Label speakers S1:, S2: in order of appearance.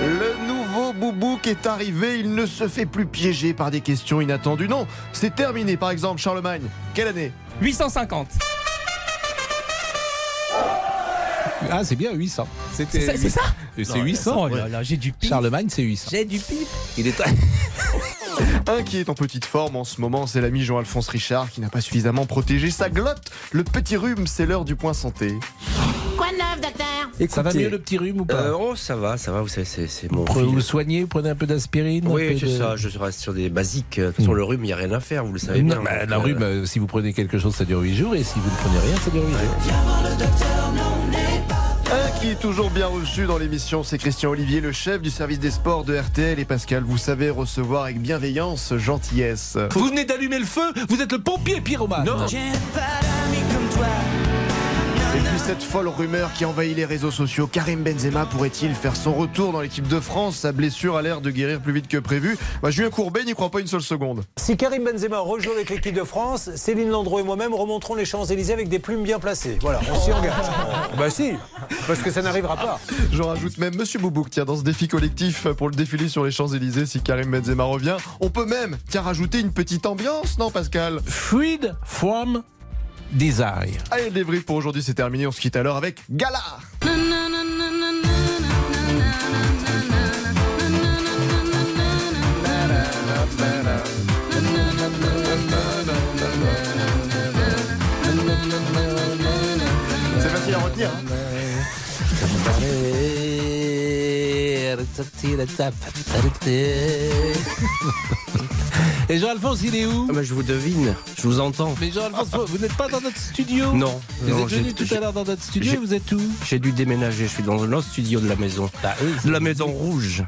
S1: Le nouveau Boubouk est arrivé, il ne se fait plus piéger par des questions inattendues. Non, c'est terminé. Par exemple, Charlemagne, quelle année
S2: 850.
S3: Ah, c'est bien 800. C'était
S2: C'est ça- c'est ça
S3: C'est
S2: Oh
S3: 800.
S2: là là, j'ai du pif.
S3: Charlemagne, c'est 800.
S2: J'ai du pif.
S3: Il est
S1: Un qui est en petite forme en ce moment, c'est l'ami Jean-Alphonse Richard qui n'a pas suffisamment protégé sa glotte. Le petit rhume, c'est l'heure du point santé.
S4: Quoi de neuf, docteur
S3: Ça va
S5: Écoutez,
S3: mieux le petit rhume ou pas
S5: euh, Oh, ça va, ça va, vous savez, c'est c'est mon.
S3: Pre-
S5: fil.
S3: Vous soignez, vous prenez un peu d'aspirine un
S5: Oui,
S3: peu
S5: c'est
S3: de- Hmm.
S5: ça, je reste sur des basiques. De toute façon, le rhume, il n'y a rien à faire, vous le savez
S3: Non,
S5: bien.
S3: bah,
S5: Donc,
S3: la
S5: euh,
S3: rhume, euh, si vous prenez quelque chose, ça dure 8 jours, et si vous ne prenez rien, ça dure 8 jours.
S1: Un qui est toujours bien reçu dans l'émission, c'est Christian Olivier, le chef du service des sports de RTL. Et Pascal, vous savez recevoir avec bienveillance, gentillesse.
S3: Vous venez d'allumer le feu, vous êtes le pompier pyromane. Non,
S1: Et puis cette folle rumeur qui envahit les réseaux sociaux, Karim Benzema pourrait-il faire son retour dans l'équipe de France Sa blessure a l'air de guérir plus vite que prévu. Bah, Julien Courbet n'y croit pas une seule seconde.
S6: Si Karim Benzema rejoue avec l'équipe de France, Céline Landreau et moi-même remonterons les Champs-Élysées avec des plumes bien placées. Voilà, on s'y engage. bah si, parce que ça n'arrivera pas.
S1: J'en rajoute même Monsieur Boubouk, tiens, dans ce défi collectif pour le défilé sur les Champs-Élysées, si Karim Benzema revient, on peut même, tiens, rajouter une petite ambiance, non Pascal
S3: Freed from desire.
S1: Allez, le débrief pour aujourd'hui, c'est terminé. On se quitte alors avec Gala C'est facile à retenir. hein.
S3: Et Jean-Alphonse, il est où
S5: Ah, bah, je vous devine, je vous entends.
S3: Mais Jean-Alphonse, vous n'êtes pas dans notre studio
S5: Non,
S3: Vous
S5: non,
S3: êtes
S5: j'ai-
S3: venu tout à l'heure dans notre studio
S5: j'ai-
S3: et vous êtes où
S5: j'ai dû déménager, je suis dans un autre studio de la maison.
S3: Bah oui,
S5: De la maison rouge.